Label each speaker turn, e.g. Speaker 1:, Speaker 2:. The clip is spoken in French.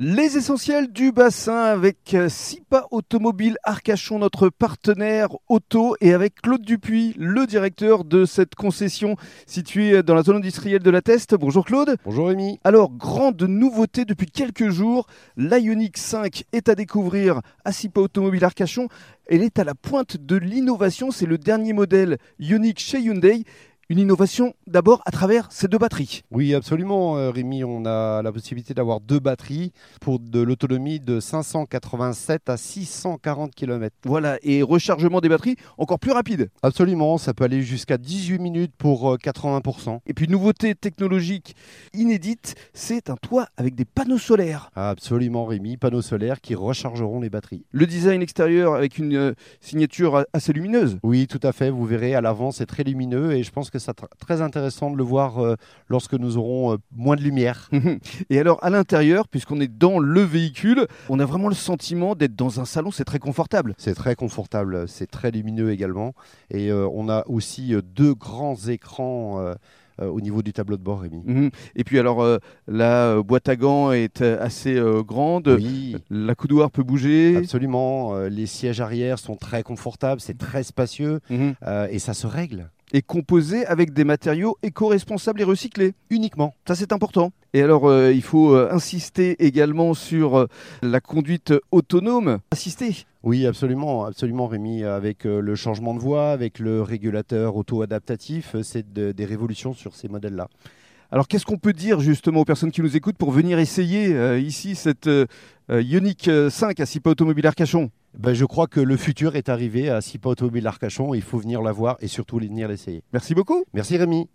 Speaker 1: Les essentiels du bassin avec euh, SIPA Automobile Arcachon, notre partenaire auto, et avec Claude Dupuis, le directeur de cette concession située euh, dans la zone industrielle de la Teste. Bonjour Claude.
Speaker 2: Bonjour Rémi.
Speaker 1: Alors, grande nouveauté depuis quelques jours, l'Ioniq 5 est à découvrir à SIPA Automobile Arcachon. Elle est à la pointe de l'innovation, c'est le dernier modèle Ioniq chez Hyundai. Une innovation d'abord à travers ces deux batteries.
Speaker 2: Oui, absolument, euh, Rémi. On a la possibilité d'avoir deux batteries pour de l'autonomie de 587 à 640 km.
Speaker 1: Voilà, et rechargement des batteries encore plus rapide.
Speaker 2: Absolument, ça peut aller jusqu'à 18 minutes pour euh, 80%.
Speaker 1: Et puis, nouveauté technologique inédite, c'est un toit avec des panneaux solaires.
Speaker 2: Absolument, Rémi. Panneaux solaires qui rechargeront les batteries.
Speaker 1: Le design extérieur avec une euh, signature a- assez lumineuse.
Speaker 2: Oui, tout à fait. Vous verrez, à l'avant, c'est très lumineux et je pense que c'est tr- très intéressant de le voir euh, lorsque nous aurons euh, moins de lumière.
Speaker 1: Et alors, à l'intérieur, puisqu'on est dans le véhicule, on a vraiment le sentiment d'être dans un salon, c'est très confortable.
Speaker 2: C'est très confortable, c'est très lumineux également. Et euh, on a aussi euh, deux grands écrans euh, euh, au niveau du tableau de bord, Rémi.
Speaker 1: Mhm. Et puis alors, euh, la euh, boîte à gants est euh, assez euh, grande,
Speaker 2: Oui,
Speaker 1: la coudoir peut bouger.
Speaker 2: absolument. Euh, les sièges arrière sont très confortables, c'est très spacieux
Speaker 1: Mhm.
Speaker 2: euh, et ça se règle
Speaker 1: Et composée avec des matériaux éco-responsables et recyclés.
Speaker 2: uniquement.
Speaker 1: Ça, c'est important. Et alors, euh, il faut euh, insister également sur euh, la conduite autonome. Insister.
Speaker 2: Oui, absolument, absolument, Rémi. Avec euh, le changement de voie, avec le régulateur auto-adaptatif, euh, c'est de- des révolutions sur ces modèles-là.
Speaker 1: Alors, qu'est-ce qu'on peut dire justement aux personnes qui nous écoutent pour venir essayer euh, ici cette euh, euh, Ioniq 5 à Cipa Automobile Arcachon
Speaker 2: Ben, je crois que le futur est arrivé à Sipa Automobile Arcachon. Il faut venir la voir et surtout venir l'essayer.
Speaker 1: Merci beaucoup.
Speaker 2: Merci, Rémi.